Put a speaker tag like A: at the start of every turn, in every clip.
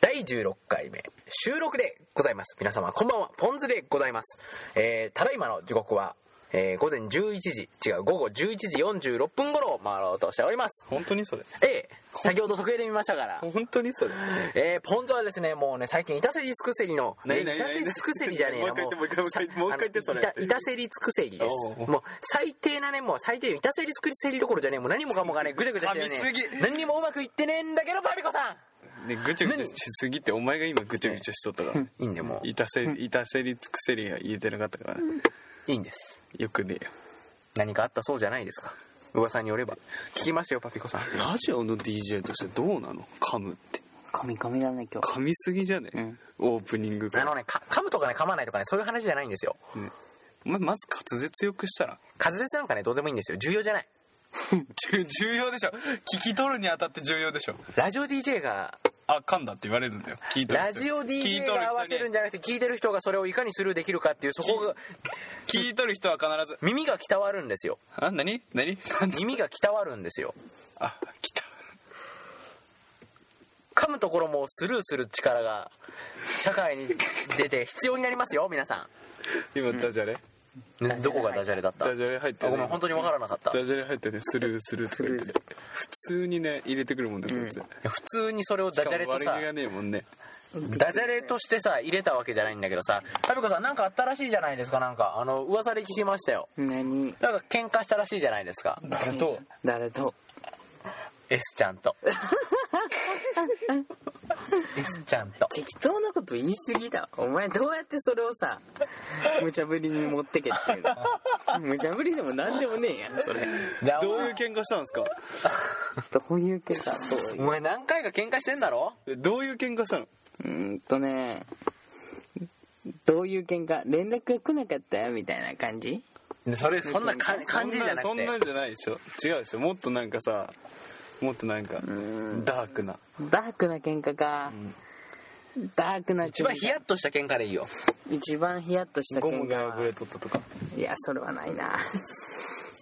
A: 第16回目収録でございます皆様こんばんはポン酢でございます、えーただいまの時刻は、えー午前11時違う午後11時46分頃を回ろうとしております
B: 本当にそれ
A: ええ先ほど時計で見ましたから
B: 本当にそれ
A: えー、ポン酢はですねもうね最近板せりつくせりの
B: ないない
A: えー
B: な
A: 板
B: い
A: せりつくせりじゃねえな
B: もう一回言ってもう一回言ってもう一回言って
A: さ
B: それ
A: あの板板せりつくせりです
B: おう
A: もう最低なねもう最低板せりつくせりどころじゃねえもう何もかもがねぐちゃぐちゃしてるね
B: 噛みすぎ
A: 何にもうまくいってねえんだけどパピコさ
B: ねぐちゃぐちゃしすぎてお前が今ぐちゃぐちゃしとったから
A: んいいんでもう
B: いたせいたせりつくせりが言えてなかったから
A: いいんです
B: よくねえよ
A: 何かあったそうじゃないですか噂によれば聞きましたよパピコさん
B: ラジオの DJ としてどうなの噛むって
C: 神々だね今日
B: 噛みすぎじゃねえ、オープニングか
A: あの
B: ら、
A: ねか噛むとかね噛まないとかねそういう話じゃないんですよ
B: ねお前まず滑舌よくしたら
A: 滑舌なんかねどうでもいいんですよ重要じゃない
B: 重重要でしょ聞き取るにあたって重要でしょ
A: ラジオ DJ が
B: あ噛んだって言われるんだよ聞いとる
A: ラジオ
B: 聞い
A: DJ
B: とる人に
A: が合わせるんじゃなくて聞いてる人がそれをいかにスルーできるかっていうそこが
B: 聞いとる人は必ず
A: 耳がきたわるんですよ
B: あ何何 なんつ
A: 耳がきたわるんですよ
B: あ来た
A: 噛むところもスルーする力が社会に出て必要になりますよ皆さ
B: 今ダジャレ
A: ん、ねどこがダジャレだった
B: ダジャレ入って
A: あ
B: る
A: ごめん本当に分からなかったい
B: ダジャレ入ってねスルースルーとか言ってね普通にね入れてくるもんねこいつ
A: や普通にそれをダジャレと
B: しかも
A: さ
B: 悪気がねえもんね
A: ダジャレとしてさ入れたわけじゃないんだけどさタビコさんなんかあったらしいじゃないですかなんかあの噂で聞きましたよ
C: 何
A: なんか喧嘩したらしいじゃないですか
B: 誰と
C: 誰と
A: S ちゃんと S ちゃんと
C: 適当なこと言い過ぎだお前どうやってそれをさ無茶ぶりに持ってけっていうの 無茶ぶりでも何でもねえやんそれ
A: じゃあお
B: どう
A: 前
B: いう喧嘩したんですか
C: どういうけさそ
A: お
C: う
A: 前何回か喧嘩してんだろ
B: どういう喧嘩したの
C: うーんとねどういう喧嘩連絡が来なかったよみたいな感じ
A: それそんな感感じじゃな
B: そ
A: く
B: んな
A: て
B: そんなんじゃないでしょ違うでしょもっとなんかさもっとなんかダークな
C: ダークな喧嘩か、ダークな
A: 一
C: 喧
A: 番ヒ
C: 嘩
A: ヤッとした喧嘩でいいよ
C: 一番ヒヤッとした
B: ゴ
C: 喧
B: ム
C: 嘩
B: が
C: は
B: 破れとったとか
C: いやそれはないな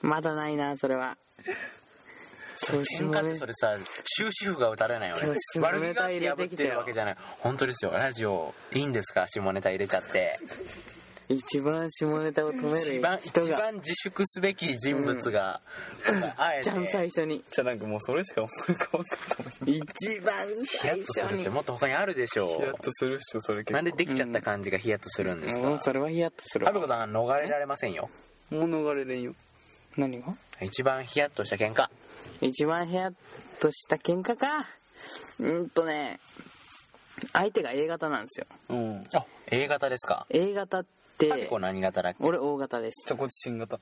C: まだないなそれは調子
A: 喧
C: も
A: 嘩っ
C: ね
A: てそれさ終止符が打たれないよね
C: そう下
A: 悪気
C: ネ
A: があ
C: タ
A: っ
C: 入
A: て
C: れ
A: 破
C: て
A: って
C: きたよ
A: るわけじゃない本当ですよラジオいいんですか下ネタ入れちゃって
C: 一番下ネタを止
A: 一
C: め
A: 番
C: る
A: 一
C: 人が
A: 番自粛すべき人物が、あえ
C: 一
A: て
C: 番最初に
B: じゃあなんかもうそれしか思い浮かばんかったもん
C: 一番
A: ヒヤ
C: 最
A: ッとす
C: 初
A: るっ
C: に
A: てもっと他にあるでしょ
B: ヒヤッとするっしょそれ
A: う
B: 結
A: な
B: 構
A: んでできちゃった感じがヒヤッとするんです
C: もう
A: か
C: それはヒヤッとする
A: ア
C: わ
A: ビコさんが逃れられませんよ
B: もう逃れれんよ
C: 何が
A: 一番ヒヤッとした喧嘩
C: 一番ヒヤッとした喧嘩かうーんとね相手が A 型なんですよ
B: うん
A: あ A 型ですか
C: A 型っ
A: アビ
C: て
A: コ何型だっけ
C: 俺 O 型です
B: じゃあこっち新型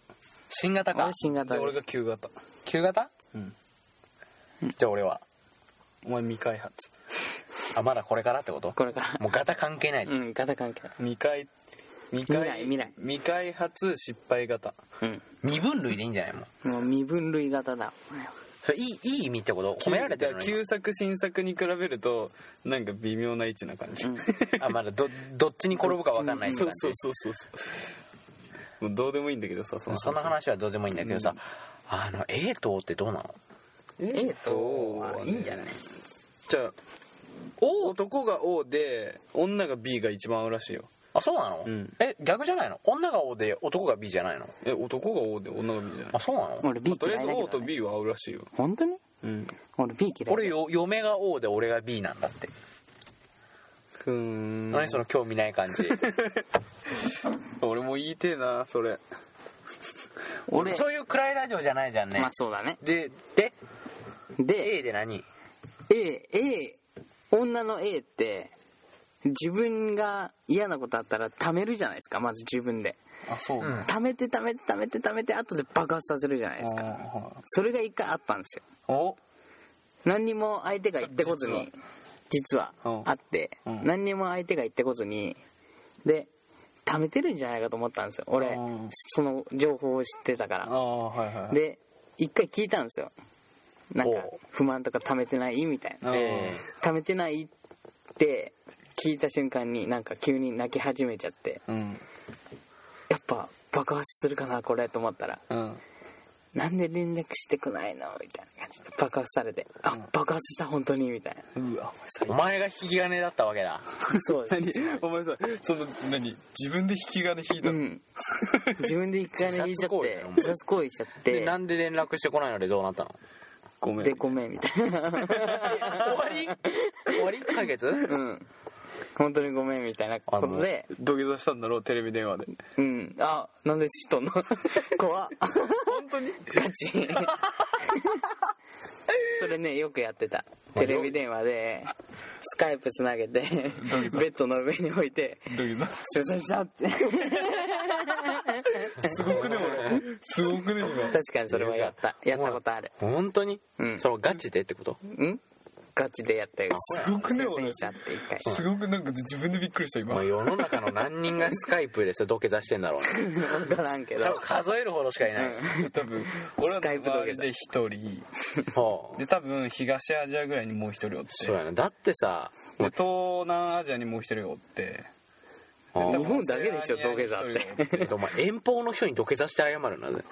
A: 新型か
C: 俺新型
B: で
C: で
B: 俺が
C: す
B: 旧型
A: 旧型
B: うん
A: じゃあ俺は
B: お前未開発
A: あまだこれからってこと
C: これから
A: もう型関係ないじゃん
C: うん型関係ない
B: 未開未開
C: 未来
B: 未開発失敗型
A: 身分類でいいんじゃないもん
C: もう身分類型だ
A: それいいいい意味ってこと褒められてるの
B: だから
A: 今
B: 旧作新作に比べるとなんか微妙な位置な感じ、
A: あまだどどっちに転ぶか分かんないって
B: そう
A: 感
B: そう
A: じ
B: そうそうそうもうどうでもいいんだけどさそ
A: そんな話はどうでもいいんだけどさ、あの A 党ってどうなの
B: え
C: A とはいいんじゃない
B: じゃあ O 男が O で女が B が一番合うらしいよ
A: あそうなの、
B: うん
A: え逆じゃないの女が O で男が B じゃないの
B: え男が O で女が B じゃない
A: あそうなの、
C: 俺 B
B: とりあ
C: 嫌
B: えず
C: いだ
B: O
C: け
B: と
C: ど、ね、
B: B は合うらしいよ
C: 本当に
B: うん
C: 俺 B 嫌い
A: 俺よ嫁が O で俺が B なんだって、
B: ふーん
A: 何その興味ない感じ
B: 俺も言いてえなそれ
C: 俺
A: そういう暗いラジオじゃないじゃんね、
C: まあそうだね
A: でで
C: で
A: A で何
C: A A 女の A って自分が嫌なことあったら貯めるじゃないですかまず自分で
B: あそう
A: うん
C: 貯めて貯めて貯めて貯めて後で爆発させるじゃないですかそれが一回あったんですよ
B: お
C: 何にも相手が言ってこずに実は
B: うん
C: あって
B: うん
C: 何にも相手が言ってこずにで貯めてるんじゃないかと思ったんですよ俺
B: うん
C: その情報を知ってたから
B: ああはいはい
C: で一回聞いたんですよなんか
A: おう
C: 不満とか貯めてないみたいな
B: うん
A: え
C: 貯めてないって聞いた瞬間になんか急に泣き始めちゃって
B: うん
C: やっぱ爆発するかなこれと思ったら
B: うん
C: なんで連絡してこないのみたいな感爆発されてあ爆発した本当にみたいな
B: うわ
A: お前が引き金だったわけだ
C: そうです
B: 何お前さその何自分で引き金引いうたの、
C: ん自分で一回ね引いちゃ
A: 自
C: っ
A: 殺行為だ
C: て
A: よ
C: 自殺行為しちゃっ
A: で
C: て
A: なんで連絡してこないのでどうな ったの
B: ごめん
C: でごめんみたいな
A: 終わり終わり解決
C: うん本当にごめんみたいなことで
B: 土下座したんだろうテレビ電話で
C: うんあなんで知っとんの 怖っ
B: 本当に
C: ガチそれねよくやってたテレビ電話でスカイプつなげてベッドの上に置いて
B: 土下座
C: 「すいませんでした」って
B: すごくでもすごくでも
C: 確かにそれはやったやったことある
A: 本当に、
C: うん
A: そのガチでってこと
C: んガチでやったよ
B: すごくね
C: すいません
B: 俺
C: でしたって一回
B: すごくなんか自分でびっくりした今
A: まあ世の中の何人がスカイプでさ土下座してんだろうね
C: 分からんけ
A: 多
C: ど
A: 分数えるほどしかいない、
B: 多分俺ら
C: スカイプ
B: の
C: 土下
B: 周
C: 座
B: りで一人
A: ほう
B: で多分東アジアぐらいにもう一人おって
A: そうやなだってさ
B: で東南アジアにもう一人おって
A: あー
C: 日本だけでしょ
B: 多分
C: 土下座って
B: オセアニアに一人お
A: えっとお前遠方の人に土下座して謝るなぜ、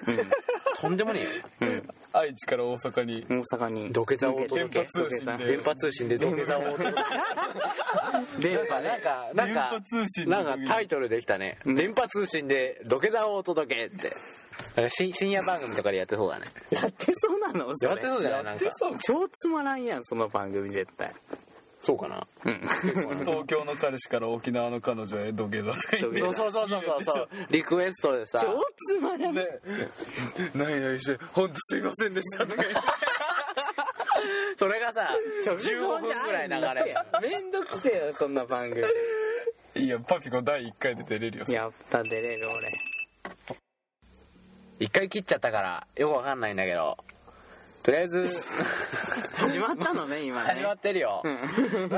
A: とんでもねえよ
B: 愛知から大阪に
C: 大阪に
A: 土下座をお
B: 電
A: 届
B: 波
A: け
B: 通信で
A: 電波通信で土下座をお届け
C: 電波
A: なんかなん
B: 電波
A: か
B: 通信
A: なんかタイトルできたね「電波通信で土下座をお届け」ってなんか深深夜番組とかでやってそうだね
C: やってそうなのそ
A: やっ
C: れ
A: てそうじゃないなんか
C: 超つまらんやんその番組絶対
A: そうかな
C: うん
B: 東京の彼氏から沖縄の彼女へ土下座とか言
A: そ
B: っ
A: うそうそうそうそうそうリクエストでさ
C: 超つまらん
B: て「何々して本当すいませんでした」とか言って
A: それがさ
C: 直接
A: 15分ぐらい流れる
C: めんどくせえよそんな番組
B: いやパピコ第1回で出れるよ
C: やった出れる俺
A: 一回切っちゃったからよくわかんないんだけどとりあえず
C: 始まったのね今ね
A: 始まってるよ、とり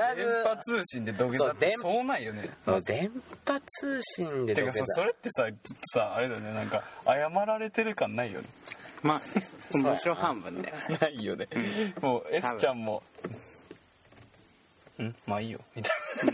A: あえ
B: 電
A: ず
B: 波通信で土下座って
A: そう
B: そうないよね
A: そう電波通信で
B: て
A: 土
B: か
A: 下
B: さ
A: 座
B: それってささあれだよねなんか謝られてる感ないよね
C: まあ面白半分だよ
B: ないよね、もう S ちゃんも「んまあいいよ」みたい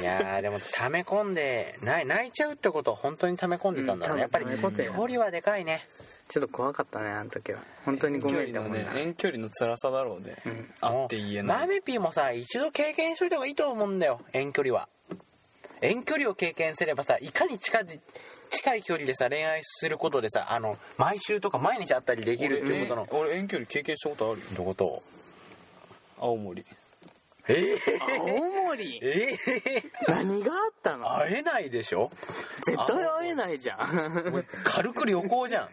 B: ない
A: やーでも溜め込んでない泣いちゃうってことを本当に溜め込んでたんだろうね、
C: うん多分
A: やっ
C: 溜
A: ぱ
C: め込んで
A: り
C: る
A: 距離はでかいね
C: ちょっと怖かったねあの時は本当にごめんだもん
B: ね
C: な
B: 遠距離の辛さだろうね、あって言え
A: マ
B: ない
A: メピーもさ一度経験しといた方がいいと思うんだよ遠距離は遠距離を経験すればさいかに近で近い距離でさ恋愛することでさあの毎週とか毎日会ったりできるっていうことの、
B: 俺俺遠距離経験したことあるよ
A: のことを
B: 青森
A: えー、
C: 青森
A: えー、
C: 何があったの
A: 会えないでしょ
C: 絶対会えないじゃん
A: もう軽く旅行じ ゃん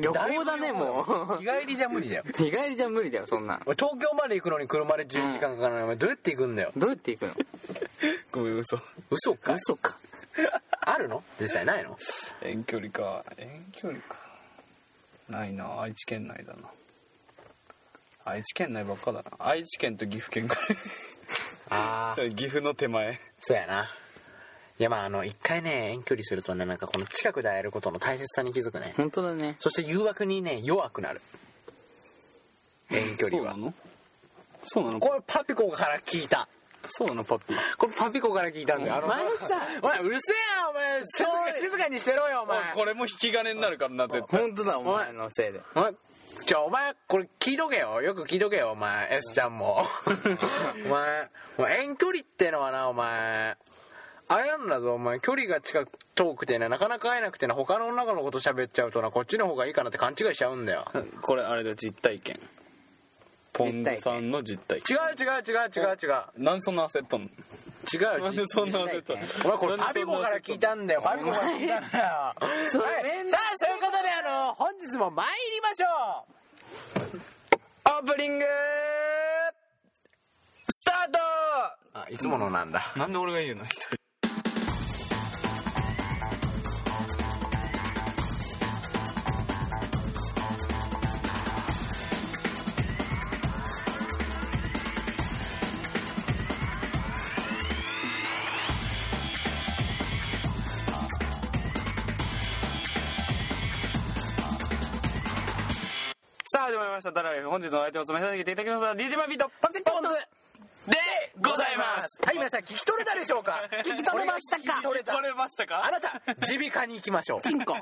C: 旅行だねも
A: 日帰りじゃ無理だよ
C: う日帰りじゃ無理だよそんなん
A: 俺東京まで行くのに車で10時間かかるのにお前どうやって行くんだよ
C: どうやって行くの
B: ごめん嘘
A: 嘘かい
C: 嘘か
A: あるの実際ないの
B: 遠距離か遠距離かないな愛知県内だな愛知県内ばっかだな愛知県と岐阜県から
A: ああ
B: 岐阜の手前
A: そうやないやまああの一回ね遠距離するとねなんかこの近くで会えることの大切さに気づくね
C: 本当だね
A: そして誘惑にね弱くなる遠距離は
B: のそうなの
A: これパピコから聞いた
B: そうなのパピ
A: これパピコから聞いたんだよあの
C: 前さ
A: お前うるせえよお前静か静かにしてろよお前
B: これも引き金になるからな絶対
C: 本当だお前のせいで
A: お前じゃあお前これ聞いとけよよく聞いとけよお前 S ちゃんも お前お前遠距離ってのはなお前あれなんだぞお前距離が近く遠くてねなかなか会えなくてな他の女の子のこと喋っちゃうとなこっちの方がいいかなって勘違いしちゃうんだよ
B: これあれだ実体験ポンズさんの実体
A: 違う違う違う違う違う
B: 験なんでそんな焦ったの
A: 違う
B: なんでそんな焦ったの
A: お前これパピコから聞いたんだよパピコから聞いたんだよはい
C: そ
A: さ
C: れ
A: あ
C: めんどくさい
A: そういうことであの本日も参りましょ
B: オープニングスター
A: うあいつものなんだ
B: トなんで俺が言うの一人さあ始まりました「たらい」本日のお相手を務めさせていただきますのは DJ マビートパピコンズ
A: で
B: ございます
A: はい皆さん聞き取れたでしょう か聞き取れましたか聞き取れた
B: 取れましたか
A: あなた耳鼻科に行きましょう
C: チンコ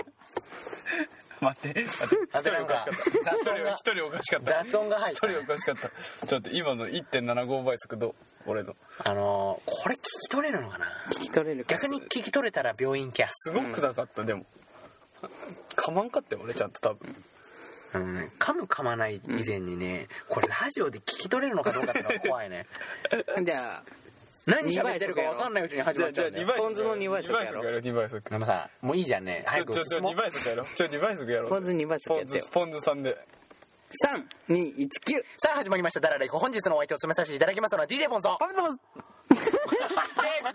B: 待って待って
A: あ
B: 一人おかしかった
A: なんか
B: 一人は一人おかしかった
A: 雑音が入っ
B: 一
A: た
B: 人おかしかったちょっと今の1.75倍速どう俺の
A: あのーこれ聞き取れるのかな
C: 聞き取れるか
A: 逆に聞き取れたら病院キャ
B: すごくなかった、でもかまんかったよ俺ちゃんと多分
A: うん噛む噛まない以前にね、これラジオで聞き取れるのかどうかってのが怖い ね
C: じゃあ
A: 何喋ってるか分かんないうちに始まっちゃうんだよ
C: ポン酢の二倍速やろ
B: 二やろ2倍速
A: でもさもういいじゃんね
B: ち
A: 早
B: ょ
A: く
B: ちょちょ
A: 進もう
B: 2倍速やろちょ2倍速やろ
C: ポン酢2倍速やってよ
B: ポン酢ポン酢さんで
C: 3219
A: さあ始まりました「ダラレコ」本日のお相手を務めさせていただきますのは DJ ポンソ
C: パンパン
B: で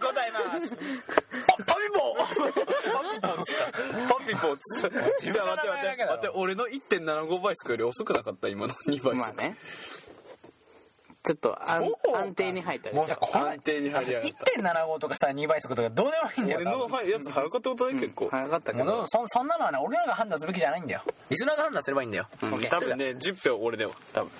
B: ござい ます
A: パビボー
B: パピポーつってじゃあ待って待って待って俺の1.75倍速より遅くなかった今の2倍速、
C: まあねちょっと安
A: そうか
C: 安定に入ったでし
A: もうさ
C: ょ
A: この
B: 安定に張り合えた
A: 1.75とかさ2倍速とかどうでもいいんだよ
B: 俺の
A: 多分
B: やつ早かったことない結構、
C: 早かったけ
A: もうど
C: ど
A: うそそんなのはね俺らが判断すべきじゃないんだよリスナーが判断すればいいんだよ、
B: うん
A: OK
B: 多分ね10票俺でも多分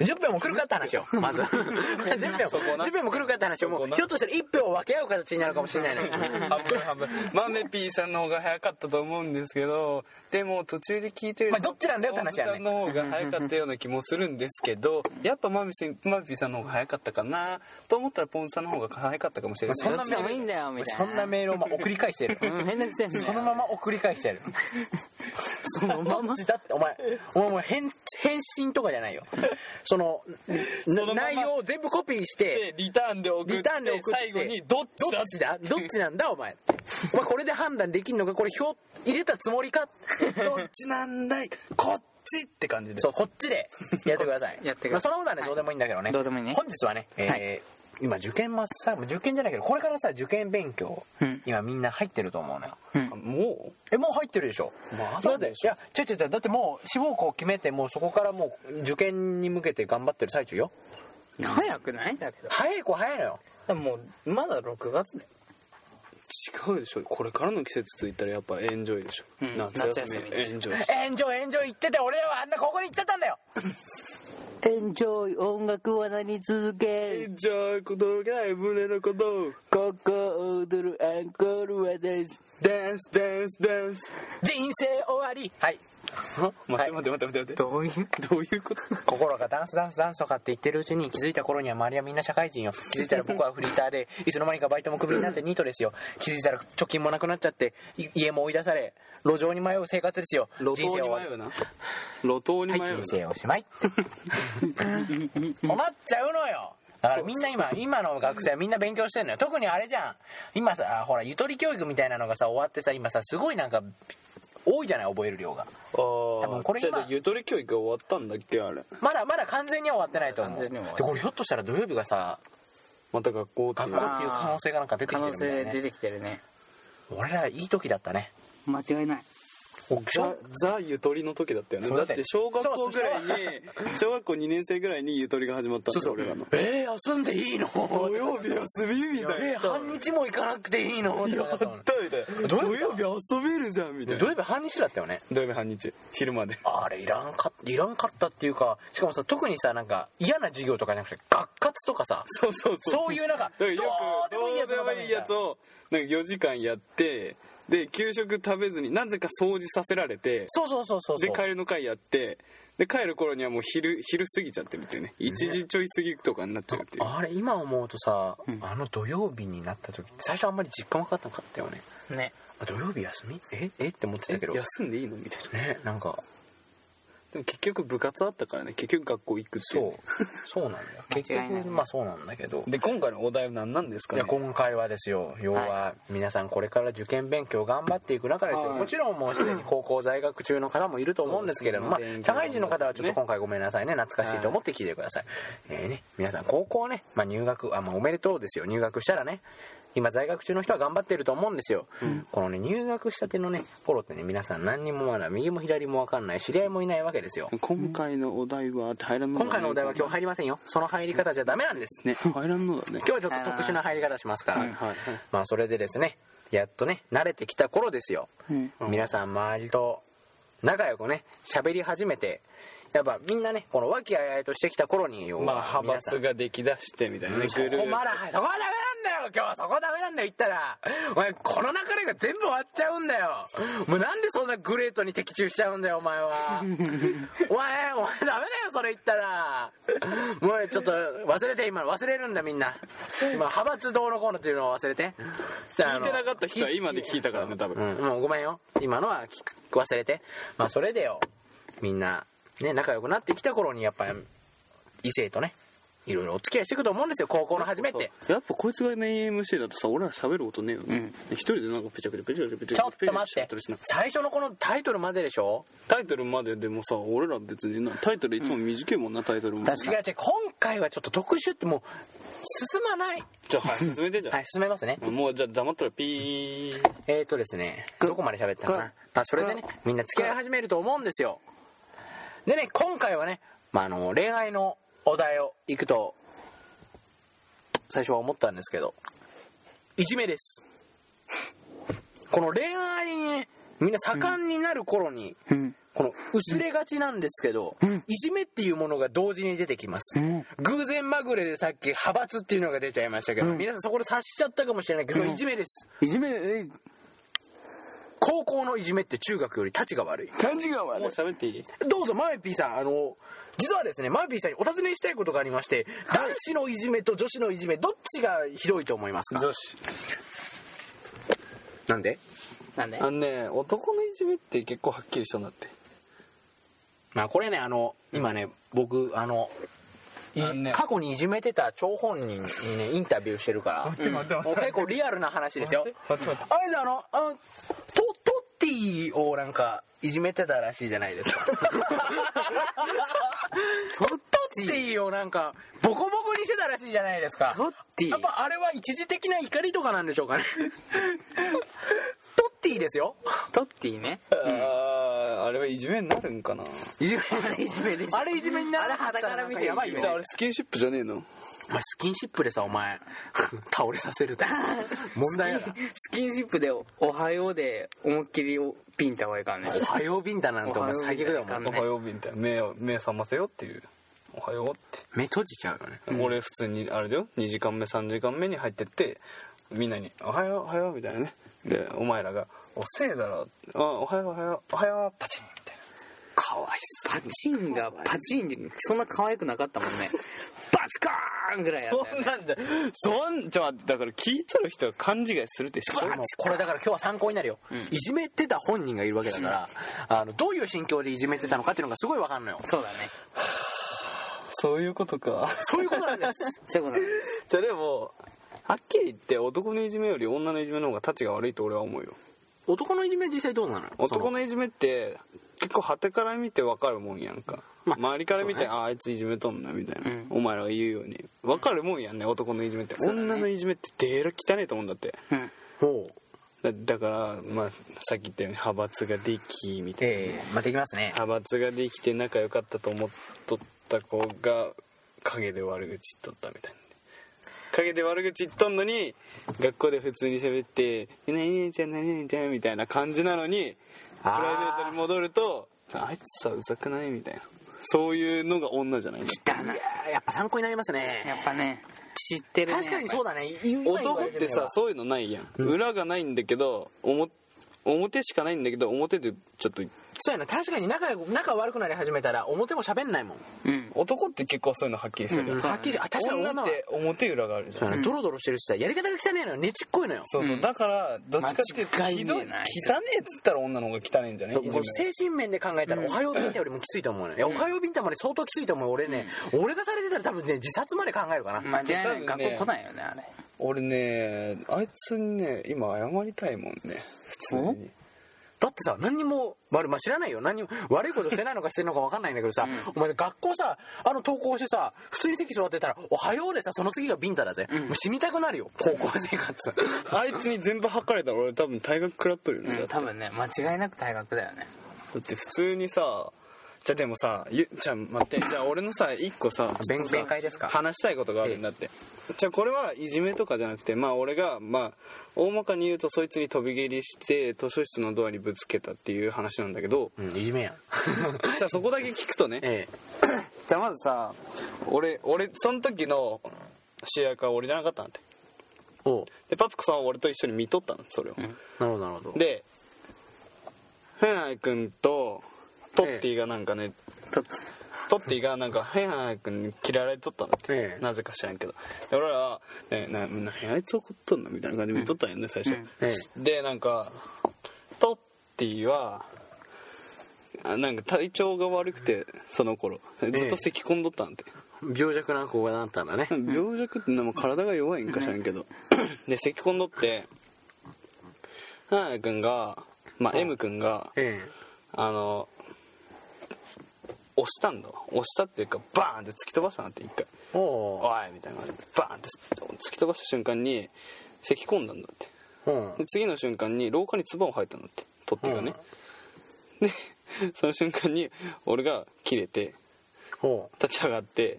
A: 10票も来るかって話をま ず10票
B: そこな
A: 10票も来るかって話をも
B: そうこな
A: ひょっとしたら1票を分け合う形になるかもしれないね
B: 半分半分マメピーさんの方が早かったと思うんですけどでも途中で聞いてる
A: まあどっちなんだよって話やね
B: おじさんの方が早かったような気もするんですけどやっぱマメピーマメピーさんの方が早かったかなと思ったらポンさんの方が早かったかもしれない
A: そん
C: ど
A: な
C: っちでもいいんだよみたい
A: そ
C: なん
A: なメールをまあ送り返してる
C: うん変なくせえんだよ
A: そのまま送り返してる
C: そのまま
A: どっちだってお前お前もう返返信とかじゃないよそのな
B: そのまま
A: 内容を全部コピーして
B: でリターンで送って
A: リターンで送って
B: 最後にどっち
A: ど
B: だ
A: っちだどっちなんだお前お前これで判断できるのかこれ票入れたつもりか
B: どっちなんだいこっちって感じで
A: そうこっちでやってください
C: やってください
A: まあ、そんなことはねどうでもいいんだけどね、
C: どうでもいいね
A: 本日はね、えー
C: はい
A: 今受験真っ最後受験じゃないけどこれからさ受験勉強、
C: うん
A: 今みんな入ってると思うのよ
C: うん
B: も
A: えもう入ってるでしょ
B: まだでしょ
A: だっていや違う違う違うだってもう志望校決めてもうそこからもう受験に向けて頑張ってる最中よ
C: 早くないだけど
A: 早い子早いのよ
C: でもまだ6月だよ
B: う違うでしょこれからの季節ついたらやっぱエンジョイでしょ、
C: うん夏休みでしょ
B: エンジョイ
A: エンジョイエンジョイ言ってて俺らはあんなここに行っちゃったんだよ
C: エンジョイ音楽はなり続
B: エ
C: け
B: ンジョイ小道が胸の鼓動
C: ここを踊るアンコールはです
B: ダンスダンスダンス
A: 人生終わりはい
B: 待って待って待って待って待って
C: どういう
B: どういうこと
A: 心がダンスダンスダンスとかって言ってるうちに気づいた頃には周りはみんな社会人よ気づいたら僕はフリーターで いつの間にかバイトもクビになってニートですよ気づいたら貯金もなくなっちゃってい家も追い出され路上に迷う生活ですよ
B: 路
A: 人生
B: 頭
A: 終
B: に
A: わ
B: 迷
A: り
B: うな路頭に
A: は
B: 迷
A: いう
B: な、
A: 人生おし まいそうなっちゃうのよだからみんな今今の学生はみんな勉強してるのよ特にあれじゃん今さほらゆとり教育みたいなのがさ終わってさ今さすごいなんか多いじゃない覚える量が
B: 多
A: 分これ今
B: ゆとり教育が終わったんだっけあれ
A: まだまだ完全には終わってないと思う
C: 完全には終わって
A: でこれひょっとしたら土曜日がさ
B: また学校っていう
A: 学校っていう可能性がなんか出てき
C: 可
A: てる
C: 能
A: みた
C: 性
A: いな、
C: 出
A: ね、
C: てきてるね
A: 俺らいい時だったね
C: 間違いない
B: ザザゆとりの時だったよね
A: そうだ
B: だっ
A: って
B: て小学校ぐらいに小学校2年生ぐらいにゆとりが始まったんだよ俺らの
A: えー、休んでいいの
B: 土曜日休みみたい
A: え
B: な
A: ー、半日も行かなくていいのって
B: や
A: な
B: っ
A: ったもん
B: たみたいな
A: どう
B: 土
A: いう
B: 曜
A: こ
B: 日遊べるじゃんみたい
A: 土
B: な
A: 曜日半日だったよね
B: 土曜日半日昼まで
A: あれいらんかいらんかったっていうかしかもさ特にさなんか嫌な授業とかじゃなくて学活とかさ
B: そうそうそう
A: そういうなんか
B: だか
A: ど
B: ら
A: う
B: よく
A: でもいいやつの
B: どうで
A: た
B: も
A: め
B: い
A: に
B: いや
A: さ
B: つをなんか4時間やってで給食食べずになぜか掃除させられて
A: そうそうそうそう
B: で
A: そう
B: 帰りの会やってで帰る頃にはもう昼昼過ぎちゃってみたいな1時ちょい過ぎとかになっちゃうっていう
A: あれ今思うとさ、あの土曜日になった時最初あんまり実感わかんなかったよね
C: ね
A: あ土曜日休みええって思ってたけど
B: え
A: ね
B: 休んでいいのみたい
A: な
B: な
A: んか
B: でも結局部活あったからね結局学校行くって
A: そ
B: いうね
A: うそうなんだよ 結
C: 間違いない
A: 局まあそうなんだけど
B: で今回のお題は何なんです
A: い
B: かね
A: や今回はですよ要は皆さんこれから受験勉強頑張っていく中ですよ、
B: はい
A: もちろんもうすでに高校在学中の方もいると思うんですけれども、ま
B: そうですね
A: あ、社会人の方はちょっと今回ごめんなさいね懐かしいと思って聞いてください、えーね、皆さん高校ね、まあ、入学あ、まあ、おめでとうですよ入学したらね今在学中の人は頑張ってると思うんですよ、このね入学したてのね頃ってね皆さん何にもまだ右も左も分かんない知り合いもいないわけですよ
B: 今回のお題はって入らんの
A: 今
B: だね
A: 回のお題は今日入りませんよその入り方じゃダメなんです
B: ね入らんのだね
A: 今日はちょっと特殊な入り方しますから、
B: はいはいはい
A: まあそれでですねやっとね慣れてきた頃ですよ、
C: うん
A: 皆さん周りと仲良くね喋り始めてやっぱみんなねこの和気あいあいとしてきた頃に要は
B: まあ派
A: 皆さん
B: 閥ができだしてみたいなね
A: そこまだそこはダメなんだよ今日はそこダメなんだよ言ったらお前この流れが全部終わっちゃうんだよもうなんでそんなグレートに的中しちゃうんだよお前はお前お前ダメだよそれ言ったらもうちょっと忘れて今の忘れるんだみんな今派閥どうのこうのっていうのを忘れて
B: 聞いてなかった人は今で聞いたからね多分
A: うん、もうごめんよ今のは聞く忘れてまあそれでよみんなね仲良くなってきた頃にやっぱ異性とねいろいろお付き合いしていくと思うんですよ高校の初めて
B: やっぱこいつがメイン MC だとさ俺ら喋ることねえよね、
C: うん
B: 一人でなんかペチャクチャペチャクチャペチ
A: ち
B: ャ
A: ょっ
B: ク
A: と
B: チャペチャク
A: 待
B: チャや
A: っ
B: った
A: て
B: りしな
A: 最初のこのタイトルまででしょ
B: タイトルまででもさ俺ら別になタイトルいつも短いもんなタイトルも
C: 確
A: 違う
C: か
A: 違う今回はちょっと特殊ってもう進まない
B: じゃあはい進めてじゃん、
A: はい進めますね
B: もうじゃあ黙ったらピー
A: えーとですねどこまで喋ったかな、まあ、それでねみんな付き合い始めると思うんですよでね今回はね、まあ、あの恋愛のお題をいくと最初は思ったんですけどいじめですこの恋愛にねみんな盛んになる頃に、
C: うん
A: この薄れがちなんですけど、いじめっていうものが同時に出てきます、
C: うん
A: 偶然まぐれでさっき派閥っていうのが出ちゃいましたけど、皆さんそこで察しちゃったかもしれないけど、いじめです
C: いじめえ
A: 高校のいじめって中学より立ちが悪い
C: 感じが悪
B: もう
C: い
B: 喋っていい
A: どうぞマイピーさんあの実はですねマイピーさんにお尋ねしたいことがありまして、男子のいじめと女子のいじめどっちがひどいと思いますか
B: 女子
A: なんで
C: なんで
B: あのね男のいじめって結構はっきりしたんだって
A: まあこれねあの今ね僕あのい
B: あのね
A: 過去にいじめてた張本人にねインタビューしてるから
B: て待って
A: もう結構リアルな話ですよ
B: 待って待
A: あれじゃあのあのトトッティをなんかいじめてたらしいじゃないですかトッティをなんかボコボコにしてたらしいじゃないですか
C: トッティ
A: やっぱあれは一時的な怒りとかなんでしょうかねトッティですよ
C: トッティね
B: あーあれはいじめになるんかない
A: じめ
C: あれいじめでしょ
A: あれいじめにならなかったら
C: あれ
A: な
C: は
A: ん
C: 見
A: か
C: て
A: やばいよ
C: じゃあ
B: れスキンシップじゃねえの
A: お前スキンシップでさお前倒れさせると問題やな
C: スキンシップで「おはよう」で思いっきりピンた方がいいからね
A: おはようビンタなんてお前最悪だよお前
C: お
B: おはようみたいな目を目覚ませよっていうおはようって
A: 目閉じちゃうよね
B: 俺普通にあれだよ2時間目3時間目に入ってってみんなに「おはようおはよう」みたいなねでお前らが「おせえだろあおはようおはようおはよう」パチンみたい
A: かわいそ
C: パチンがパチンにそんな可愛くなかったもんねバチカーンぐらいやった
B: なそ
C: よ
B: んなん
C: ね
B: じゃそんじゃだから聞いとる人が勘違いするでしょ
A: うこれだから今日は参考になるよ、いじめてた本人がいるわけだからあのどういう心境でいじめてたのかっていうのがすごいわかんのよ
C: そうだね
B: そういうことか
A: そういうことなんです
C: そういうことなんです
B: じゃあでもはっきり言って男のいじめより女のいじめの方がたちが悪いと俺は思うよ
A: 男のいじめは実際どうなのよ
B: 男
A: の
B: のいじめって結構はてから見て分かるもんやんか、
A: ま
B: 周りから見て、ああいついじめとんなみたいな、
C: うん
B: お前らが言うように分かるもんやんね男のいじめって、女のいじめってデーラ汚いと思うんだって
C: うん
A: ほう
B: だだから、まあ、さっき言ったように派閥ができみたいな、
A: ええまあできますね
B: 派閥ができて仲良かったと思っとった子が陰で悪口言っとったみたいな陰で悪口言っとんのに学校で普通に喋って「何々ちゃん何々ちゃん」みたいな感じなのにプ
A: あー
B: ライベートに戻ると「あいつさうざくない?」みたいなそういうのが女じゃない
C: だない
A: ややっぱ参考になります
C: や
A: ね
C: っぱね知ってるね
A: 確かにそうだね今言われ
B: 男って
A: みれば
B: さそういうのないやん、裏がないんだけど表表しかないんだけど表でちょっと
A: そうやな確かに仲良く仲悪くなり始めたら表も喋んないもん
C: うん
B: 男って結構そういうのはっきりしてるやん
A: はっきりあ確かに女
B: 女
A: は
B: って表裏があるじゃん
A: そうやなドロドロしてるしさやり方が汚いのよねちっこいのよ
B: そうそう、だからどっちかっていうと
C: 間違いね
B: ひ
C: え
B: どい汚
C: な
B: ねえっつったら女の方が汚ねえんじゃね
A: これ精神面で考えたら「おはようビンタ」よりもきついと思うねいや「おはようビンタ」まで相当きついと思う俺ね、俺がされてたら多分ね自殺まで考えるかな、
C: 間違いない
B: 多分
C: 学
B: ね
C: 校来ないよねあれ
B: 俺ねあいつにね今謝りたいもんね普通に
A: だってさ何にも、まあまあ、知らないよ何にも悪いことしてないのかしてるのか分かんないんだけどさ、お前学校さあの登校してさ普通に席座ってたら「おはよう」でさその次がビンタだぜ、もう死にたくなるよ高校生 活
B: あいつに全部吐かれたら俺多分退学食らっとるよね、
C: う
B: だ
C: ん
B: って
C: 多分ね間違いなく退学だよね
B: だって普通にさじゃあでもさゆじゃあ待ってじゃあ俺のさ一個さ
A: 弁
B: さ
A: 弁解ですか
B: 話したいことがあるんだって、じゃあこれはいじめとかじゃなくてまあ俺がまあ大まかに言うとそいつに飛び蹴りして図書室のドアにぶつけたっていう話なんだけど
A: うんいじめ やん
B: じゃあそこだけ聞くとね
A: ええ
B: じゃあまずさ俺俺その時の主役は俺じゃなかったんだって
A: おう
B: でパピコさんは俺と一緒に見とったのそれを、
A: なるほどなるほど
B: でフェンハイ君とトッティがなんかね、
C: と
B: トッティがなんかフェンハイ君に嫌われとったのって、
A: ええ
B: なぜか知らんけどで俺らは、ね「ななあいつ怒っとんの?」みたいな感じで見とったんやね、最初、
A: え
B: でなんかトッティはあなんか体調が悪くてその頃ずっと咳込んどったんて、
A: 病弱な子がなったんだね
B: 病弱ってのも体が弱いんか知らんけどで咳込んどって花く君が、まあ、M 君が
A: え
B: あの押したんだわ押したっていうかバーンって突き飛ばしたなって一回
A: えお
B: 「お
A: お
B: い!」みたいな感じでバーンって突き飛ばした瞬間に咳込んだんだって
A: うん
B: で次の瞬間に廊下に唾を吐いたんだって取っ手がね、でその瞬間に俺が切れて
A: お
B: 立ち上がって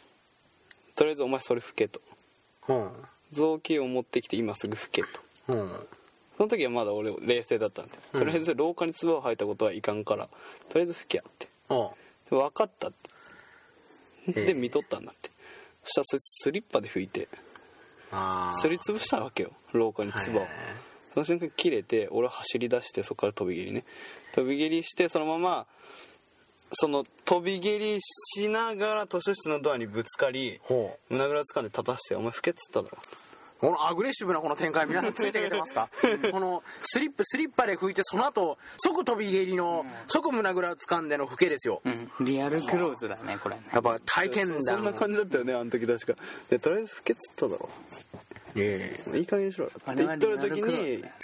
B: 「とりあえずお前それ拭け」と
A: ううん
B: 雑巾を持ってきて今すぐ拭けと
A: うん
B: その時はまだ俺冷静だったんで、とりあえず廊下に唾を吐いたことはいかんからとりあえず拭けやって
A: おう
B: で分かったって
A: ええ
B: で見とったんだってそしたらそいつスリッパで拭いて
A: ああ
B: すりつぶしたわけよ廊下に唾を、
A: はいはいはい
B: その瞬間切れて俺は走り出してそこから飛び蹴りね飛び蹴りしてそのままその飛び蹴りしながら図書室のドアにぶつかり
A: ほう
B: 胸ぐらつかんで立たして「お前拭け」っつっただろ
A: このアグレッシブなこの展開皆さんついてきてます かこのスリップスリッパで拭いてその後即飛び蹴りの即胸ぐらを掴んでの拭けですよ
C: うんリアルクローズだねこれね
A: やっぱ体験
B: そ
A: 談
B: んな感じだったよねあの時確かでとりあえず不潔っつっただろ
A: え
B: いい加減にしろよ
C: あ
B: って
C: れ
B: 言
C: は
B: っ
C: リ
B: と
C: ア
B: る
C: ル
B: 時
C: クローズ
B: に
C: だね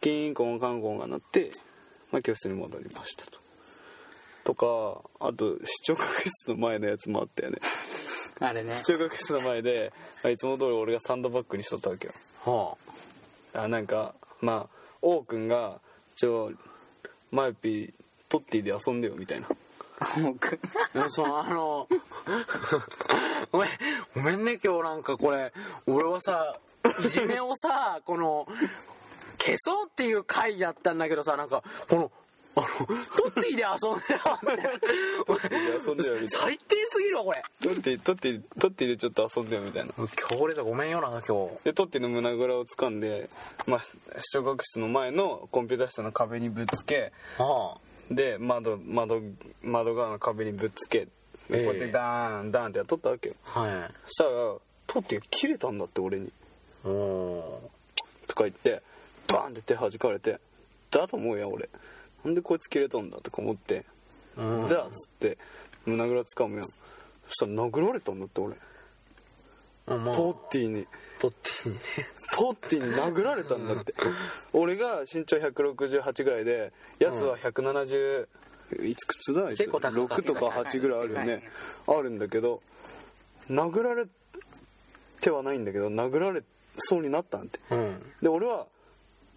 B: キンコンカンコンが鳴って、まあ、教室に戻りましたととかあと視聴覚室の前のやつもあったよ ね
C: あれね
B: 視聴覚室の前であいつも通り俺がサンドバッグにしとったわけよ
A: えは
B: あなんかまあ王くんが「ちょマイピートッティで遊んでよ」みたいな
C: 僕
A: あうんそうあの ごめんごめんね今日なんかこれ俺はさいじめをさこの消そうっていう回やったんだけどさなんかこのあのトッティで遊んでよ
B: 「遊んでよ」みたい な
A: 最低すぎるわこれ
B: 「 トッティトッティトッティでちょっと遊んでよ」みたいな
A: 強烈だごめんよなんか今日
B: でトッティの胸ぐらを掴んで、まあ、視聴覚室の前のコンピューター室の壁にぶつけ
A: ああ
B: で窓窓窓側の壁にぶつけでこうやっ
A: ええ
B: てダーンダーンってやっとったわけよ
A: は
B: そしたらトッティが切れたんだって俺に
A: い。お
B: とか言ってバーンって手弾かれてだと思うやん俺なんでこいつ切れたんだとか思って
A: う
B: 「
A: ん
B: だ」っつって胸ぐら掴むやんそしたら殴られたんだって俺
A: ー。まあ、
B: トッティに
A: とっていいね。
B: トッティに殴られたんだって俺が身長168ぐらいでやつは170、いつくつだあいつ
A: 結構高い
B: 6とか8ぐらいあるよねあるんだけど殴られてはないんだけど殴られそうになったんって
A: うん。
B: で俺は